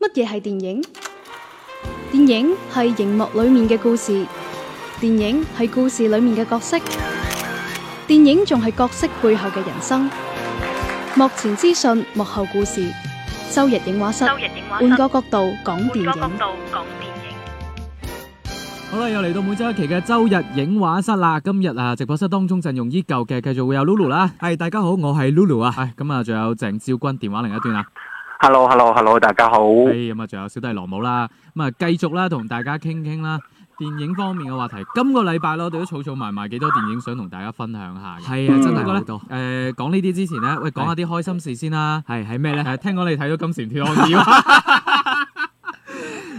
乜嘢係電影？電影係熒幕裏面嘅故事，電影係故事裏面嘅角色，電影仲係角色背後嘅人生。幕前資訊，幕後故事。周日映畫室，周日映畫室換個角度講電換個角影。度講電影。好啦，又嚟到每周一期嘅周日影畫室啦。今日啊，直播室當中陣容依舊嘅，繼續會有 Lulu 啦。係，大家好，我係 Lulu 啊。係，咁啊，仲有鄭少君電話另一端啊。 Hello，Hello，Hello，大家好。係，咁啊，仲有小弟羅姆啦。咁啊，繼續啦，同大家傾傾啦。電影方面嘅話題，今個禮拜咧，我哋都儲儲埋埋幾多電影想同大家分享下嘅。係啊，嗯真係不過好咧，多誒、。講呃呢啲之前咧，喂，講下啲開心事先啦。係係咩咧？誒，聽講你睇咗《金蟬脫殼二》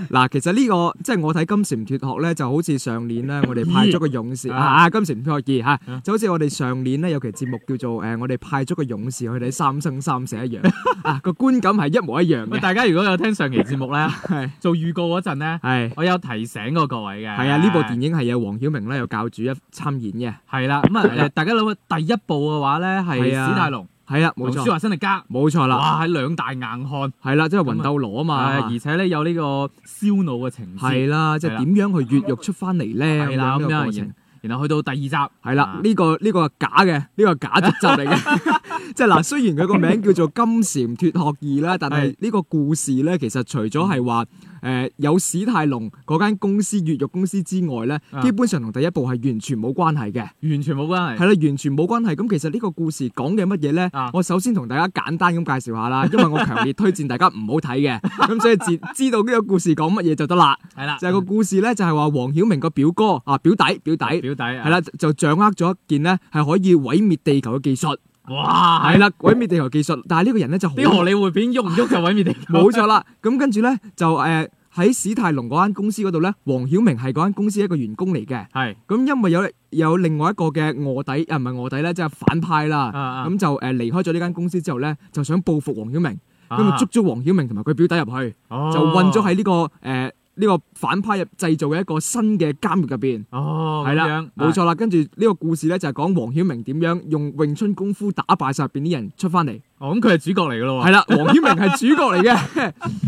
嗱，啊其實呢、個即係我睇《金蟬脫殼》咧，就好似上 年咧，我哋派咗個勇士二啊，啊《金蟬脫殼二》啊嚇，就好似我哋上年咧有期節目叫做誒、呃我哋派咗個勇士去睇《三生三世》 一樣啊，個觀感係一模一樣喂，嘅，大家如果有聽上期節目咧， 係做預告嗰陣咧，係我有提醒過各位嘅。係啊！呢部電影係有黃曉明咧，有教主一參演係啦， 咁啊誒，大家諗下第一部嘅話咧係係啊史泰龍、嘅，係啦，冇同舒錯，華辛力加，冇錯啦，哇，係兩大硬漢，係啦，即係魂鬥羅啊啊嘛而，且咧有呢個燒腦嘅情節，係啦，即係係啦點樣去越獄出翻嚟咧？係啦咁咁樣呢樣個過程。然後去到第二集，係啊啦，呢、個呢、個係假嘅，呢、個係假續集嚟 嘅。即係嗱，雖然佢個名叫做《金蟬脱殼二》啦，但係呢個故事咧，其實除咗係話嗯誒有史泰龍嗰間公司越獄公司之外咧，啊基本上同第一部係完全冇關係嘅，完全冇關係係，啦，完全冇關係。咁其實呢個故事講嘅乜嘢咧啊？我首先同大家簡單咁介紹 下啦，因為我強烈推薦大家唔好睇嘅，咁所以知知道呢個故事講乜嘢就得啦。係啦，嗯就係個故事咧，就係話黃曉明個表哥啊，表弟表弟。表弟啊係係，啦，就就掌握咗一件咧係可以毀滅地球嘅技術，哇，係係啦，啦，毀滅地球技術。但係呢個人咧就好啲荷里活片喐唔喐就毀滅地球，冇錯啦。咁跟住咧就誒喺史泰龍嗰間公司嗰度咧，黃曉明係嗰間公司一個員工嚟嘅。係，咁因為有有另外一個嘅卧底啊，唔係卧底咧，即係反派啊啦。啊咁就誒離開咗呢間公司之後咧，就想報復黃曉明，咁啊就捉咗黃曉明同埋佢表弟入去，哦就韞咗喺呢個誒呢個反派入製造嘅一個新嘅監獄入邊。哦，係咁啦樣，冇，錯啦。跟住呢個故事咧就係講黃曉明點樣用詠春功夫打敗晒入邊啲人出翻嚟。哦咁佢係主角嚟噶咯喎，係啦，黃曉明係主角嚟嘅。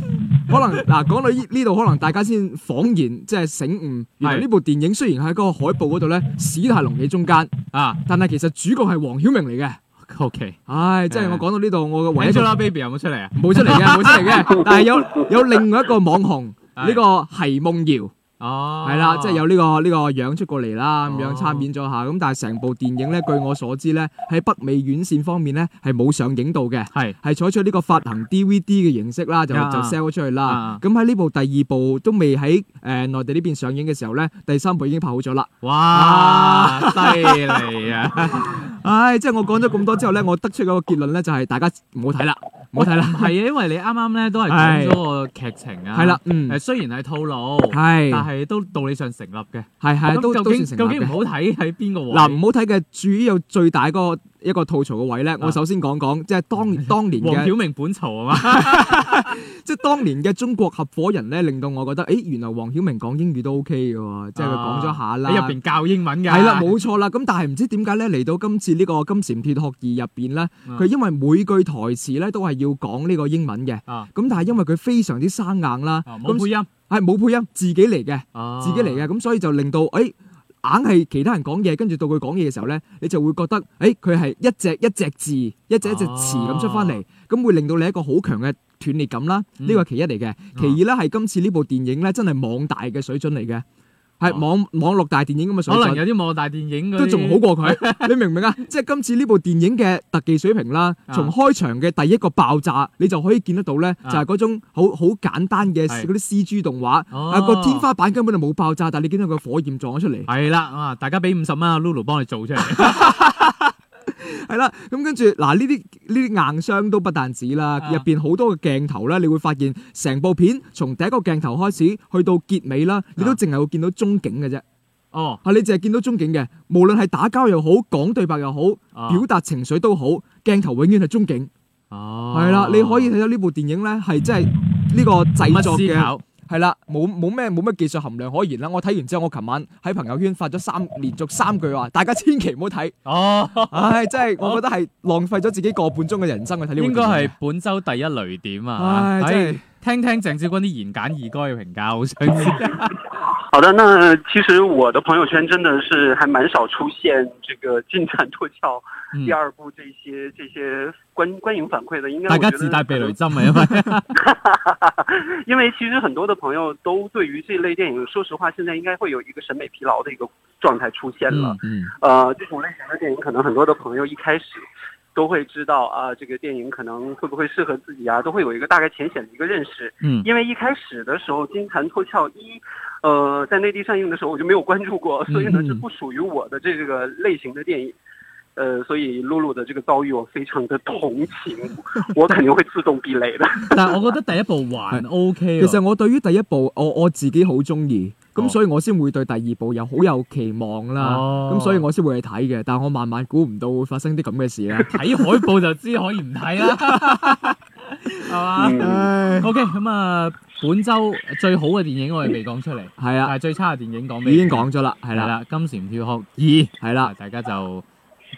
可能嗱講到呢呢度，可能大家先恍然即係醒悟，原來係呢部電影雖然喺嗰個海報嗰度咧，史泰龍喺中間，啊但係其實主角係黃曉明嚟嘅。 ，OK，唉，即係我講到呢度，我嘅唯一睇就咗啦，Baby 有冇出嚟啊？冇出嚟嘅，冇出嚟 嘅。但係有有另外一個網紅，係呢個奚夢瑤。哦，係啦，即係有呢個呢個樣出過嚟啦，咁哦樣參演咗下，咁但係成部電影咧，據我所知咧，喺北美院線方面咧係冇上映到嘅，係係採取呢個發行 DVD 嘅形式啦，就就啊 sell 咗出去啦啊。咁喺呢部第二部都未喺誒內地呢邊上映嘅時候咧，第三部已經拍好咗啦。啊哇，犀利啊！唉，即係我講咗咁多之後咧，我得出一個結論咧，就係大家唔好睇啦，唔好睇啦唔，係啊，因為你啱啱咧都係講咗個劇情啊，係啦，誒嗯，雖然係套路，但係係都道理上成立嘅。係係咁都究都算竟成究立竟唔嘅好睇喺邊個位？嗱，唔好睇嘅，主要最大嗰個一個吐槽嘅位咧，我首先講講，即係當當年啊 黃嘅，曉明本曹啊嘛，即係當年嘅中國合伙人咧，令到我覺得，誒，原來黃曉明講英語都 OK 嘅喎，即係佢講咗下啦。啊喺入邊教英文㗎。係啦，冇錯啦。咁但係唔知點解咧，嚟到今次呢個《金蟬脱殼二》入邊咧，嗯佢因為每句台詞咧都係要講呢個英文嘅，啊咁但係因為佢非常之生硬啦，啊冇配咁音，係冇配音，自己嚟嘅。啊自己嚟嘅，。咁所以就令到誒。哎硬係其他人講嘢，跟住到佢講嘢嘅時候咧，你就會覺得，誒佢係一隻一隻字，一隻一啊隻詞咁出翻嚟，咁會令到你一個好強嘅斷裂感啦。嗯呢個係其一嚟嘅，其二咧係今次呢部電影咧真係網大嘅水準嚟嘅，係啊網網絡大電影咁嘅水可能準，有啲網絡大電影嗰啲都仲好 過佢。你明唔明啊？即係今次呢部電影嘅特技水平啦，啊從開場嘅第一個爆炸，你就可以見得到咧，就啊係嗰種好好簡單嘅係嗰啲 CG 動畫。哦啊個天花板根本就冇爆炸，但係你見到佢火焰撞咗出嚟，係啦，啊大家俾五十蚊啊，Lulu 幫你做出 嚟。係啦，咁跟住嗱呢啲呢啲硬傷都不但止啦啊，入邊好多嘅鏡頭咧，你會發現成部片從第一個鏡頭開始去到結尾啊啦，你都淨係會見到中景嘅啫，哦，啊你淨係見到中景嘅，無論係打交又好，講對白又好，啊表達情緒都好，鏡頭永遠係中景，哦，係啦，你可以睇到呢部電電影咧係真係呢個乜製作思嘅。考？係啦，冇冇咩冇咩技術含量可言啦。我睇完之後，我琴晚喺朋友圈發咗三連續三句話，大家千祈唔好睇。哦，唉，真係我覺得係浪費咗自己個半鐘嘅人生去睇呢部電應影該係本周第一雷點啊！唉，真係唉，聽聽鄭少君啲言簡意賅嘅評價，好想 知。好的，那其实我的朋友圈真的是还蛮少出现这个 进展脱壳嗯第二部这些这些观观影反馈的，应该大我家觉自帶避雷得，針啊，因 為因为其实很多的朋友都对于这类电影，说实话，现在应该会有一个审美疲劳的一个状态出现了。嗯，呃，这种类型的电影，可能很多的朋友一开始都会知道啊，这个电影可能会不会适合自己啊，都会有一个大概浅显的一个认识。嗯因为一开始的时候，《金蝉脱壳一》呃在内地上映的时候，我就没有关注过，所以呢嗯嗯是不属于我的这个类型的电影。呃，所以露露的这个遭遇，我非常的同情，我肯定会自动避雷的。但係我覺得第一部還 OK 其喎實我對於第一部，我我自己好中意，哦咁所以我先會對第二部有好有期望啦。哦咁所以我先會去睇嘅，但我萬萬估唔到會發生啲咁嘅 事啦。睇海報就知可以唔睇啦， 係嘛嗯， 唉， ？OK，咁啊，本周最好嘅電影我哋未講出嚟，係但啊，係最差嘅電影講俾已經你聽講咗啦，係係啦，啦，《金蟬脱殼二係》啦啊，，大家就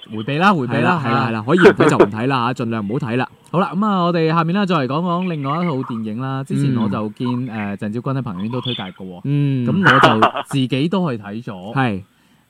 迴避啦，迴避係啦，啦，係啦，啊係。啦，可以唔睇就唔睇啦嚇，盡量唔好睇啦。好啦，咁啊，我哋下面咧再嚟講講另外一套電影啦。之前嗯我就見誒鄭少君喺朋友圈都推介過喎，嗯，咁咁我就自己都去睇咗。 係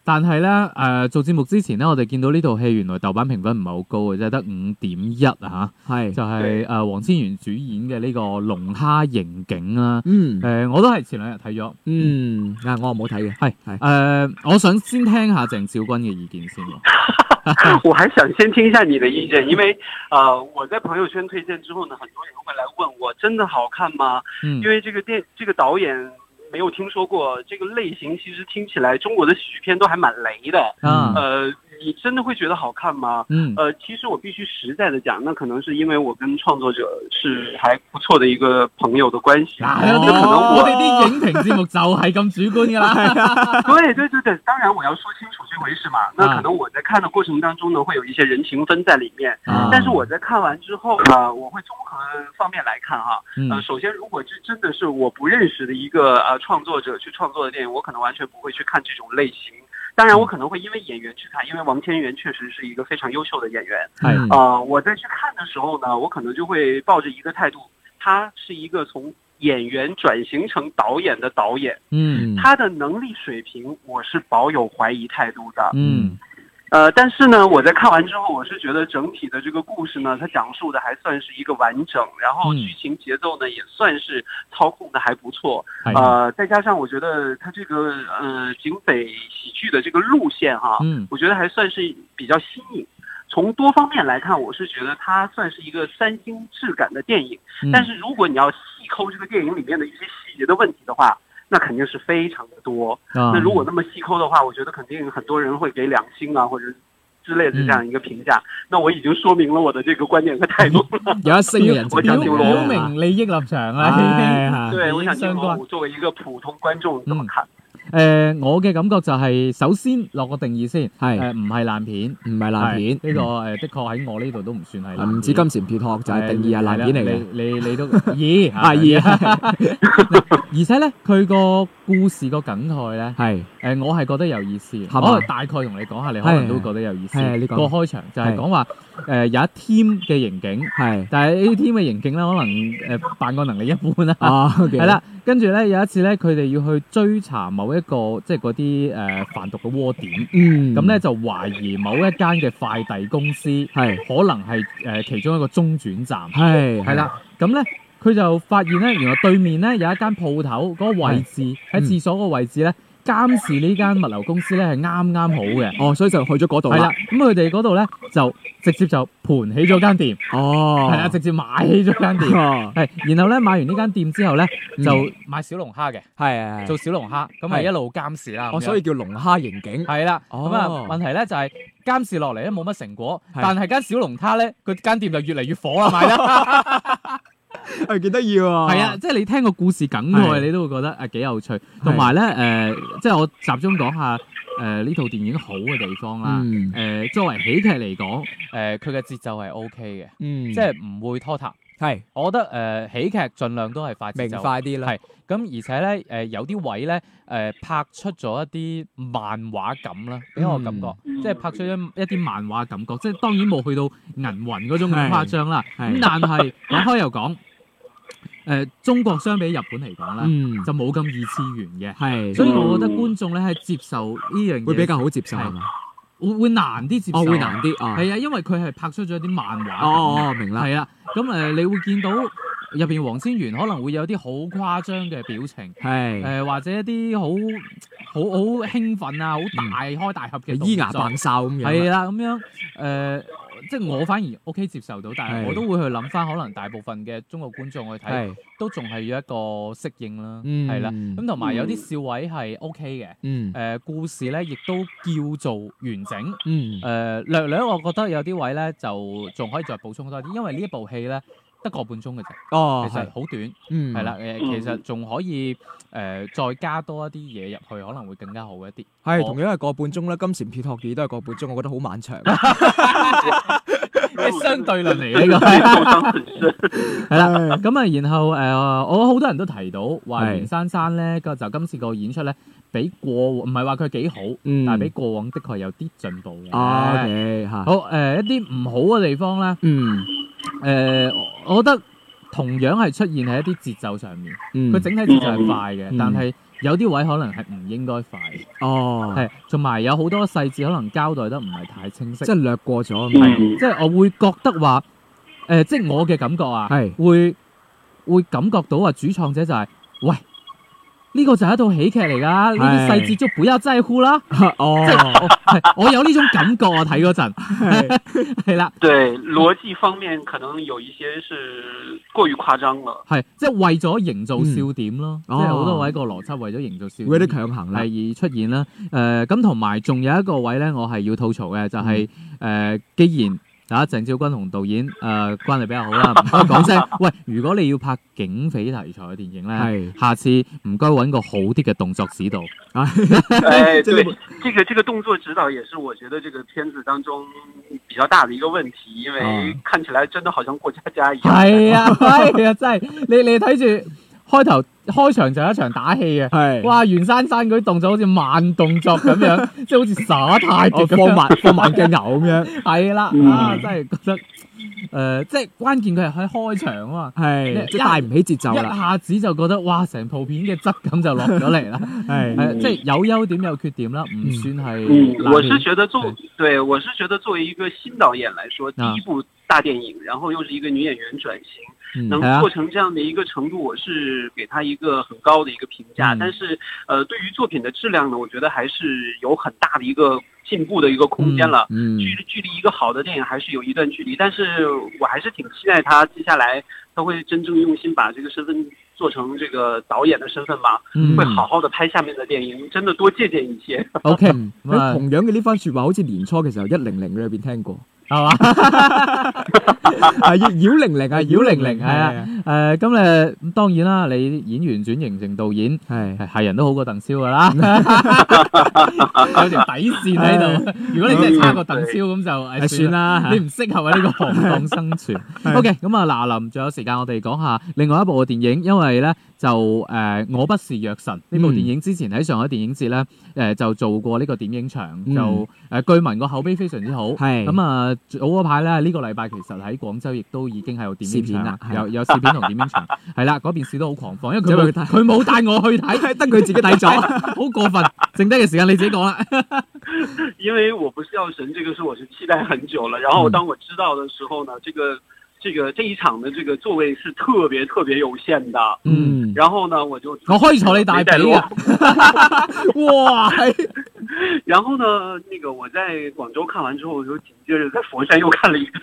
但係咧誒做節目之前咧，我哋見到呢套戲原來豆瓣評分唔係好高嘅，即係得五點一啊嚇，係，就係誒黃千源主演嘅呢個《龍蝦刑警》啦。嗯誒、我都係前兩日睇咗。嗯，啊，我冇睇嘅，係係誒、我想先聽下鄭少君嘅意見 先喎。我还想先听一下你的意见，因为呃我在朋友圈推荐之后呢，很多人会来问我，真的好看吗？嗯因为这个电这个导演没有听说过，这个类型其实听起来中国的喜剧片都还蛮雷的。嗯啊呃，你真的会觉得好看吗？嗯呃，其实我必须实在的讲，那可能是因为我跟创作者是还不错的一个朋友的关系。啊嗱，有有啲啲朋友我哋啲影評節目就係咁主觀㗎啦。对对对对，当然我要说清楚这回事啊嘛。那可能我在看的过程当中呢，会有一些人情分在里面。啊但是我在看完之后呢，我会综合方面来看哈、嗯呃，首先，如果这真的是我不认识的一个呃创作者去创作的电影，我可能完全不会去看这种类型。当嗯然，我可能会因为演员去看，因为王千源确实是一个非常优秀的演员。係呃，我在去看的时候呢，我可能就会抱着一个态度，他是一个从演员转型成导演的导演，嗯他的能力水平我是保有怀疑态度的。嗯呃，但是呢，我在看完之后，我是觉得整体的这个故事呢，它讲述的还算是一个完整，然后嗯剧情节奏呢也算是操控的还不错。係呃，再加上我觉得它这个呃警匪喜剧的这个路线哈、嗯我觉得还算是比较新颖。从多方面来看，我是觉得它算是一个三星质感的电影。嗯但是如果你要细抠这个电影里面的一些细节的问题的话，那肯定是非常的多。啊嗯那如果那么细抠的话，我觉得肯定很多人会给两星啊，或者之类的这样一个评价。那我已经说明了我的这个观点和态度。有一星嘅人我就想有表跳樓嘅表明利益立場啊啦，唉係已經对，我想利益相听關。我作为一个普通观众怎么看。 誒，我嘅感覺就係首先落個定義先，係誒唔係爛片，唔係爛片？係呢個誒的確喺我呢度都唔算係爛啊唔止片金蟬脱殼就係定義係爛片嚟嘅。係啦你你你 都咦啊二 而且咧佢個故事個梗概咧。係誒、我係覺得有意思，係嘛我大概同你講下，你可能都覺得有意思。係係你個講開場就係講話誒有一 team 嘅刑警，係但係呢 team 嘅刑警咧可能誒、辦案能力一般啦。 啊，係啦，跟住咧有一次咧，佢哋要去追查某一個即係嗰啲誒販毒嘅窩點，嗯，咁咧、就懷疑某一間嘅快遞公司係可能係誒、其中一個中轉站。係係，啦，咁咧佢就發現咧，原來對面咧有一間鋪頭嗰個位置喺嗯廁所嗰個位置咧，監視呢間物流公司咧係啱啱好嘅。哦，所以就去咗嗰度係啦啦。，咁佢哋嗰度咧就直接就盤起咗間店，哦，係啦，直接買起咗間店。哦，係，然後咧買完呢間店之後咧，嗯就買小龍蝦嘅，係係做小龍蝦，咁咪係一路監視啦。咁樣哦，所以叫龍蝦刑警。係啦，哦咁啊問題咧就係監視落嚟咧冇乜成果，係但係間小龍蝦咧，佢間店就越嚟越火啦，賣得。係幾得意喎係啊，即係你聽個故事梗概，係你都會覺得啊幾有趣。同埋咧誒，即係我集中講下誒呢套電影好嘅地方啦。呃嗯誒、作為喜劇嚟講，誒佢嘅節奏係 O K 嘅，嗯，即係唔會拖沓，係我覺得誒、呃喜劇盡量都係快節明奏，快啲啦，係咁而且咧誒、呃有啲位咧誒、呃拍出咗一啲漫畫感啦，俾我感覺，嗯即係拍出一一啲漫畫感覺，即係當然冇去到銀魂嗰種咁係誇張啦。係咁 但 係講開又講，誒、呃中國相比日本嚟講咧，嗯，就冇咁二次元嘅。係，所以嗯我覺得觀眾咧係接受呢樣嘢會比較好接受嗯係係嘛？會會難啲接受，哦，會難啲啊，係啊，因為佢係拍出咗一啲漫畫感。哦哦，明啦，係啦，咁誒、呃你會見到入邊黃千源可能會有啲好誇張嘅表情，誒、呃係或者一啲好好好興奮啊，好大、開大合嘅動作咿嗯牙扮哨咁樣啦，係啊啦，咁樣誒、呃即係我反而 OK 接受到，但係係我都會去諗翻，可能大部分嘅中國觀眾去睇係，都仲係要一個適應啦，嗯，係啦、咁同埋有啲笑位係 OK 嘅，誒、呃嗯故事咧亦都叫做完整。嗯誒、略略，我覺得有啲位咧就仲可以再補充多啲，因為呢一部戲咧得個半鐘嘅啫，哦其實係好短，嗯係啦、誒、其實仲可以誒、呃再加多一啲嘢入去，可能會更加好一啲。係我同樣係個半鐘啦，金蟬脱殼記都係個半鐘，我覺得好 漫長。相對論嚟嘅呢個係受伤很深。係啦，嗯咁啊，然後誒、我好多人都提到話係袁珊珊咧個就今次個演出咧，比過往唔係話佢幾好，嗯但係比過往的確有啲進步嘅。啊，OK 嚇，好誒、呃一啲唔好嘅地方咧，嗯誒、我我覺得同樣係出現喺一啲節奏上面。嗯，佢整體節奏係快嘅，嗯但係有啲位可能係唔應該快嘅，哦，係同埋有好多細節可能交代得唔係太清晰，即即係略過咗咁樣，嗯即係我會覺得話，誒、即係我嘅感覺啊，係會會感覺到啊，主創者就係、喂。呢個就係一套喜劇嚟㗎，呢啲係細節就不要在乎啦。即 哦，係我係我有呢種感覺啊！睇嗰陣 係係啦， 对逻辑方面，可能有一些是过于夸张了。係即係為咗營造嗯笑點咯，即係好多位個邏輯為咗營造笑點。會有啲強行啦，例而出現啦。誒、咁同埋仲有一個位咧，我係要吐槽嘅，就係、誒、既然啊鄭少君同導演誒、關係比較好 啦，唔該講聲，喂，如果你要拍警匪題材嘅電影咧，係下次唔該揾個好啲嘅動作指導。哎，這個对，这个这个动作指导也是我觉得这个片子当中比较大的一个问题，因为嗯看起来真的好像过家家一样。係 啊，係啊，真係你你睇住開頭開場就一場打戲嘅。係哇！袁珊珊嗰啲動作好似慢動作咁 樣，即係好似耍太極哦咁樣放慢放慢嘅牛咁樣，係啦，嗯啊，真係覺得誒、即係關鍵佢係喺開場啊嘛，係即係帶唔起節奏一啦，下子就覺得哇，成套片嘅質感就落咗 嚟啦。係係即係有優點有缺點啦，唔嗯算係嗯，爛我片是觉得作对，我是觉得作为一个新导演来说，第啊一部大电影，然后又是一个女演员转型，嗯能係啊做成这样的一个程度，我是给她一个很高的一个评价。嗯但是，呃，对于作品的质量呢，我觉得还是有很大的一个进步的一个空间了。嗯距离距离一个好的电影还是有一段距离，但是我还是挺期待她接下来她会真正用心把这个身份做成这个导演的身份吧，嗯会好好的拍下面的电影，真的多借鉴一些。 O K 嗯咁啊佢同樣嘅呢番説話，好似年初嘅時候一零零裏邊聽過，係嘛？ 係要 妖零零啊，妖零零係啊，誒咁咧，咁當然啦，你演員轉型成導演，係係係人都好過鄧超噶 啦，有條底線喺度。如果你真係差過鄧超咁就誒誒算啦。啦 你唔適合喺啊呢個行當生存。OK，咁 啊嗱，臨仲有時間，我哋講下另外一部嘅電影，因為咧就誒、呃我不是藥神》呢部嗯電影之前喺上海電影節咧誒、呃就做過呢個點影場，嗯就誒、呃、據聞個口碑非常之好。係咁啊，早嗰排咧，呢、個禮拜其實喺廣州亦都已經係有點影場啦試片啦係有有試片同點影 場，係啦，嗰邊試得好狂放，因為佢因冇為佢佢冇帶我去睇， 得佢自己睇咗， 好過分。剩低嘅時間你自己講啦。因为我不是药神，这个是我是期待很久了。然后当我知道的时候呢，这个这个这一场的这个座位是特别特别有限的。嗯，然后呢，我就我可以坐你大没带髀路 啊！哇，係然后呢，那个我在广州看完之后，我就紧接着在佛山又看了一遍，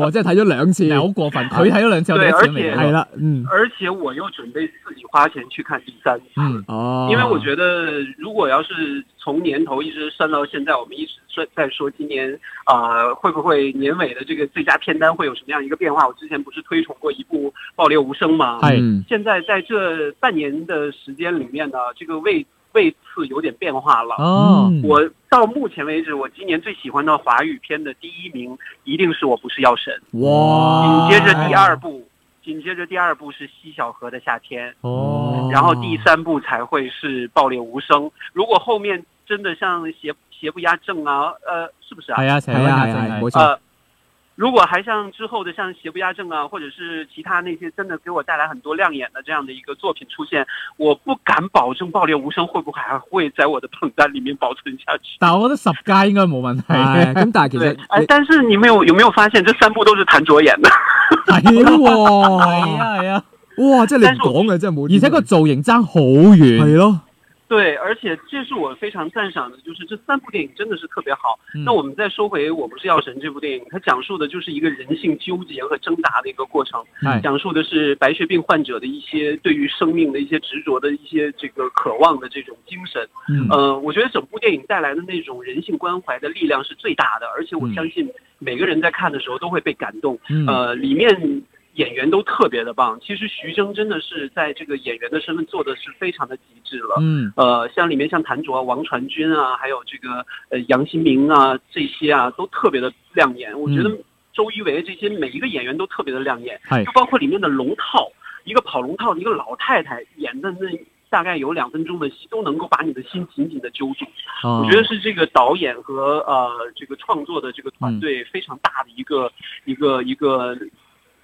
哇，即係睇咗兩次，你好過分，佢睇咗兩次，我哋對一次都而未且睇過係。啦，嗯，而且我又准备自己花钱去看第三次。嗯，哦，因为我觉得，如果要是从年头一直算到现在，我们一直说在说今年啊、呃会不会年尾的这个最佳片单会有什么样一个变化？我之前不是推崇过一部《爆裂无声》吗？哎嗯现在在这半年的时间里面呢，这个为位次有点变化了。哦，嗯我到目前为止，我今年最喜欢的华语片的第一名一定是我不是药神，哇紧接着第二啊哎部，紧接着第二部是西小河的夏天，哦，然后第三部才会是爆裂无声。如果后面真的像邪邪不压正啊，呃，是不是啊？係啊，系成日啊啊，系啊，成冇日错，呃，如果还像之后的像邪不压正啊，或者是其他那些真的给我带来很多亮眼的这样的一个作品出现，我不敢保证爆裂无声会不会还会在我的榜单里面保存下去。但係我覺得十佳應該冇問題系嘅，咁，但系其对实， 哎，但是你们有有没有发现这三部都是谭卓演的？系係喎，啊係啊，哇，即系你唔讲嘅真系冇，而且個造型爭好系遠。咯，对，而且这是我非常赞赏的，就是这三部电影真的是特别好。嗯那我们再说回《我不是药神》这部电影，它讲述的就是一个人性纠结和挣扎的一个过程，係讲述的是白血病患者的一些对于生命的一些执着的一些这个渴望的这种精神。嗯呃，我觉得整部电影带来的那种人性关怀的力量是最大的，而且我嗯相信每个人在看的时候都会被感动。嗯呃，里面演员都特别的棒。其实徐峥真的是在这个演员的身份做的是非常的极致了。嗯呃，像里面像谭卓、啊、王传君啊，还有这个呃杨新民啊，这些啊都特别的亮眼。我觉得周一围这些每一个演员都特别的亮眼，係就包括里面的龙套，一个跑龙套的一个老太太演的那大概有两分钟的戏，都能够把你的心紧紧的揪住。哦我觉得是这个导演和呃这个创作的这个嗯团队非常大的一个、一个一个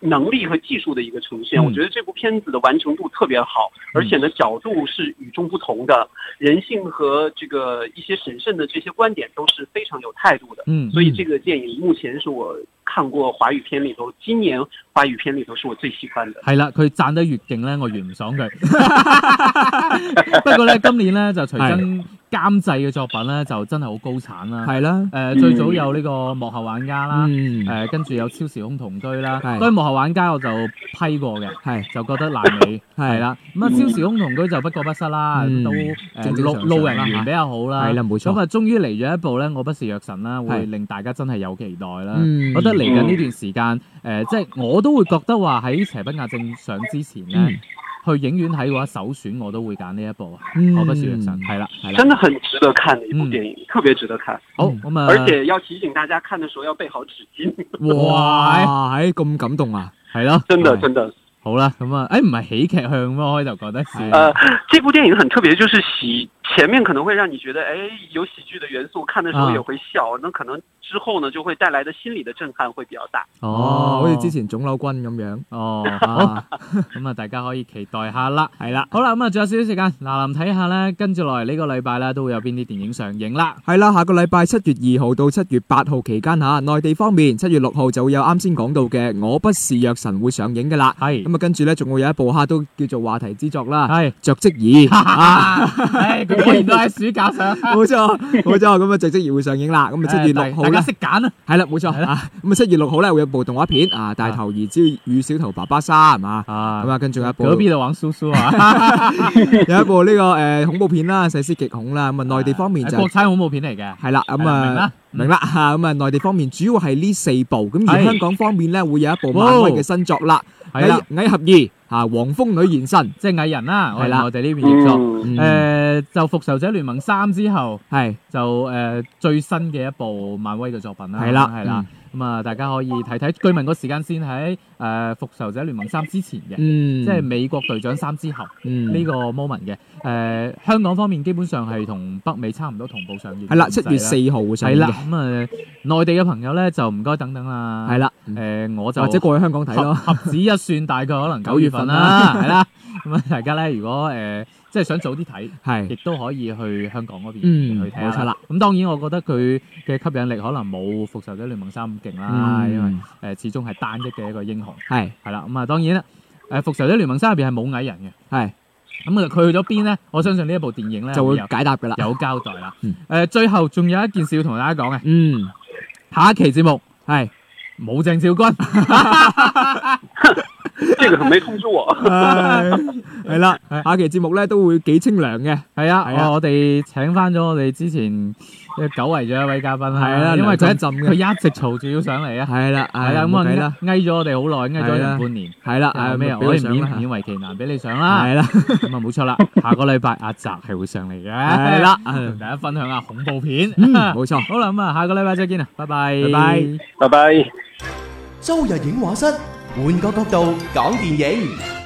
能力和技术的一个呈现。嗯我觉得这部片子的完成度特别好，而且呢角度是与众不同的，人性和这个一些审慎的这些观点都是非常有态度的。嗯所以这个电影目前是我看过华语片里头，今年华语片里头是我最喜欢的。係啦，佢賺得越勁咧，我越唔爽 佢。不過咧，今年咧就徐峥監製嘅作品咧，就真係好高產啦。系啦，誒，最早有呢個幕後玩家啦，嗯，誒呃跟住有超時空同居啦。係當然幕後玩家我就批過嘅，系就覺得爛尾。系係，啦，咁啊超時空同居就不過不失啦，嗯都正誒正路常常路人緣比較好啦，係啦冇錯咁啊，終於嚟咗一部咧，我不是藥神啦，會係令大家真係有期待啦。嗯覺得嚟緊呢段時間，誒呃即係我都會覺得話喺邪不壓正上之前咧，去影院睇嘅話，首選我都會揀呢一部啊嗯我不是藥神，係啦係啦。真的很值得看的一部嗯电影，特别值得看，好咁啊，而且要提醒大家看的时候要备好纸巾， 哇，唉，咁感动啊，係咯，真的哎真的。好啦，咁啊，誒唔係喜劇向咩？我開頭覺得係是呃，这部电影很特别，就是喜前面可能会让你觉得，哎，有喜剧的元素，看的时候啊也会笑。那可能之后呢，就会带来的心理的震撼会比较大。Ờ. 哦，好似之前肿瘤君咁样， 哦。好啊，咁啊，大家可以期待下啦。系啦。好啦，咁啊，仲有少少時間，嗱，臨睇下咧，跟住落嚟呢個禮拜咧，都會有邊啲電影上映啦。系啦，下個禮拜七月二號到七月八號期間吓，內地方面七月六號就會有啱先講到嘅《我不是藥神》會上映嘅啦。係咁啊，跟住咧仲會有一部哈都叫做話題之作啦， 係， 《着職儀》啊，唉，佢果然都喺暑假上，冇錯冇錯，咁啊《着職儀》會上映啦。咁啊七月六號大家咧，識揀啦。係啦冇錯啊。咁啊七月六號咧會有部動畫片啊，《大頭兒子與小頭爸爸三》啊。啊咁啊，跟住有一部嗰邊就玩蘇蘇啊，有一部呢個誒恐怖片啦，《細思極恐》啦。咁啊 內地方面就國產恐怖片嚟嘅。係啦，咁明啊啦。明啦嚇，咁啊內地方面主要係呢四部，咁而係香港方面咧會有一部漫威嘅新作啦，係啦，蟻蟻俠二》嚇，黃蜂女現身， 即係藝人啦，我係啦哋我哋呢邊譯作。嗯誒誒，就《復仇者聯盟三》之後，係就誒最新嘅一部漫威嘅作品啦。係啦嗯係啦。咁啊，大家可以睇睇。據聞個時間先喺誒《復仇者聯盟三》之前嘅，嗯，即係美國隊長三之後。嗯呢個 moment 嘅。誒、呃香港方面基本上係同北美差唔多同步上映。係啦，七月。四號會上係映啦，嘅，咁啊，內地嘅朋友咧就唔該等等啦。係，啦，嗯誒、我就或者過去香港睇合咯，合指一算，大概可能九 九月月份份啦啦，係啦。咁啊，大家咧如果誒、呃即係想早啲睇。亦係都可以去香港嗰邊嗯去睇冇下錯啦啦。咁當然，我覺得佢嘅吸引力可能冇《復仇者聯盟三》咁勁啦，因為誒呃嗯、始終係單一嘅一個英雄。係係啦，咁啊當然啦，誒《復仇者聯盟三》入邊係冇蟻人嘅。係咁啊，佢去咗邊咧？我相信呢一部電影咧就會有解答㗎啦，有交代啦。誒嗯、最後仲有一件事要同大家講嘅，嗯下一期節目係冇鄭少君，这个没通知我。唉系啦，係下期節目咧都會幾清涼嘅，係啊，係啊我我哋請翻咗我哋之前嘅久違咗一位嘉賓啦，係啦因為佢梁一振陣嘅佢一直嘈住要上嚟啊，係啦，係係啊，冇計咁啦啊，，翳咗我哋好耐，翳咗係啦成半年，係啦，啊誒咩？俾我佢哋上勉啦勉為其難俾你上嚇啦，係啦，咁啊冇錯啦， 下個禮拜阿澤係會上嚟嘅，係啦同大家分享下恐怖片，嗯，冇錯。 好啦，咁啊下個禮拜再見啦，拜拜，拜 拜。拜拜。周日影畫室，換個角度講電影。